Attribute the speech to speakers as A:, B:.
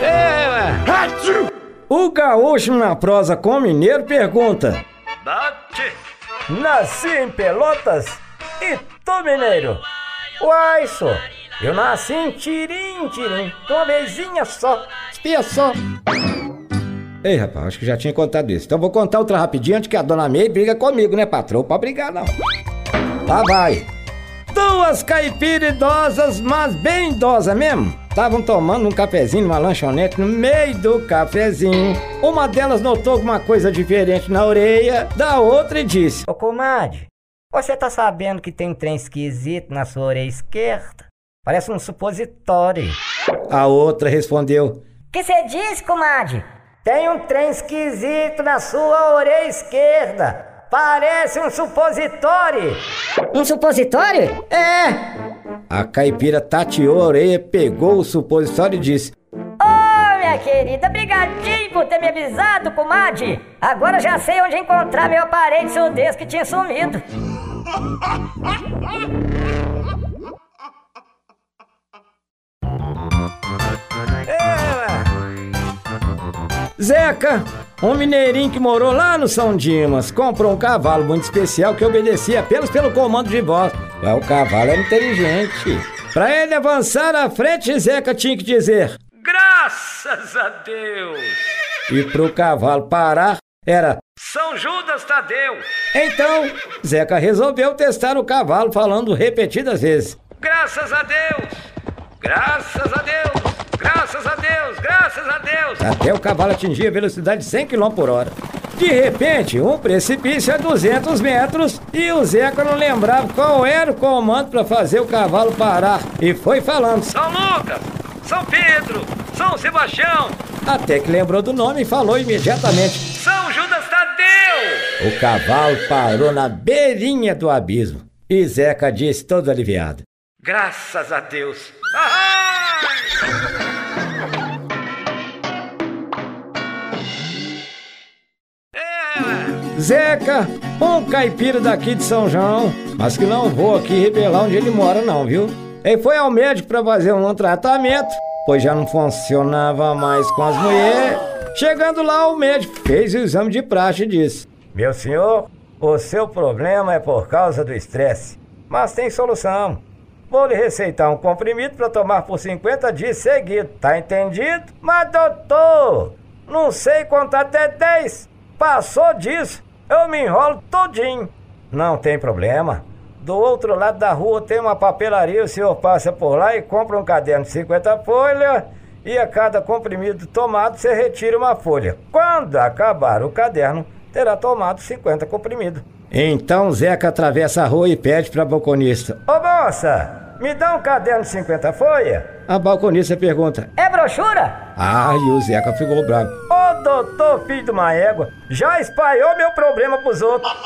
A: É, O gaúcho na prosa com mineiro pergunta:
B: Date.
A: Nasci em Pelotas e tô mineiro. Uai, só. Eu nasci em Tirim, Tirim. Uma vezinha só. Espia só. Ei, rapaz, acho que já tinha contado isso. Então vou contar outra rapidinho antes que a dona May briga comigo, né, patrão? Pra brigar, não. Lá vai. Duas caipiras idosas, mas bem idosas mesmo. Estavam tomando um cafezinho numa lanchonete no meio do cafezinho. Uma delas notou alguma coisa diferente na orelha da outra e disse:
C: Ô comadre, você tá sabendo que tem um trem esquisito na sua orelha esquerda? Parece um supositório.
A: A outra respondeu:
C: que você disse, comadre? Tem um trem esquisito na sua orelha esquerda. Parece um supositório.
D: Um supositório?
C: É,
A: A caipira tateou a orelha, pegou o supositório e disse:
D: Ô, minha querida, brigadinho por ter me avisado, comadre. Agora já sei onde encontrar meu parente surdez que tinha sumido.
A: Zeca, um mineirinho que morou lá no São Dimas, comprou um cavalo muito especial que obedecia apenas pelo comando de voz. Mas o cavalo era inteligente. Pra ele avançar à frente, Zeca tinha que dizer.
B: Graças a Deus.
A: E pro cavalo parar, era.
B: São Judas tá Tadeu.
A: Então, Zeca resolveu testar o cavalo falando repetidas vezes.
B: Graças a Deus. Graças a Deus. Graças a Deus. Graças a Deus.
A: Até o cavalo atingir a velocidade de 100 km por hora. De repente, um precipício a 200 metros e o Zeca não lembrava qual era o comando para fazer o cavalo parar. E foi falando,
B: São Lucas. São Pedro. São Sebastião.
A: até que lembrou do nome e falou imediatamente.
B: São Judas tá Tadeu.
A: O cavalo parou na beirinha do abismo. E Zeca disse todo aliviado.
B: Graças a Deus. Ahá!
A: Zeca, um caipira daqui de São João, mas que não vou aqui revelar onde ele mora não, viu? Ele foi ao médico pra fazer um tratamento, pois já não funcionava mais com as mulheres. Chegando lá, o médico fez o exame de praxe e disse: "Meu senhor, o seu problema é por causa do estresse, mas tem solução. Vou lhe receitar um comprimido pra tomar por 50 dias seguidos, tá entendido? Mas doutor, não sei contar até 10. Passou disso, eu me enrolo todinho. Não tem problema. Do outro lado da rua tem uma papelaria, o senhor passa por lá e compra um caderno de 50 folhas e a cada comprimido tomado você retira uma folha. Quando acabar o caderno, terá tomado 50 comprimidos. Então Zeca atravessa a rua e pede para a balconista: Ô moça, me dá um caderno de 50 folhas? A balconista pergunta:
D: É brochura?
A: Ah, e o Zeca ficou bravo. Ô doutor, filho de uma égua, já espalhou meu problema pros outros.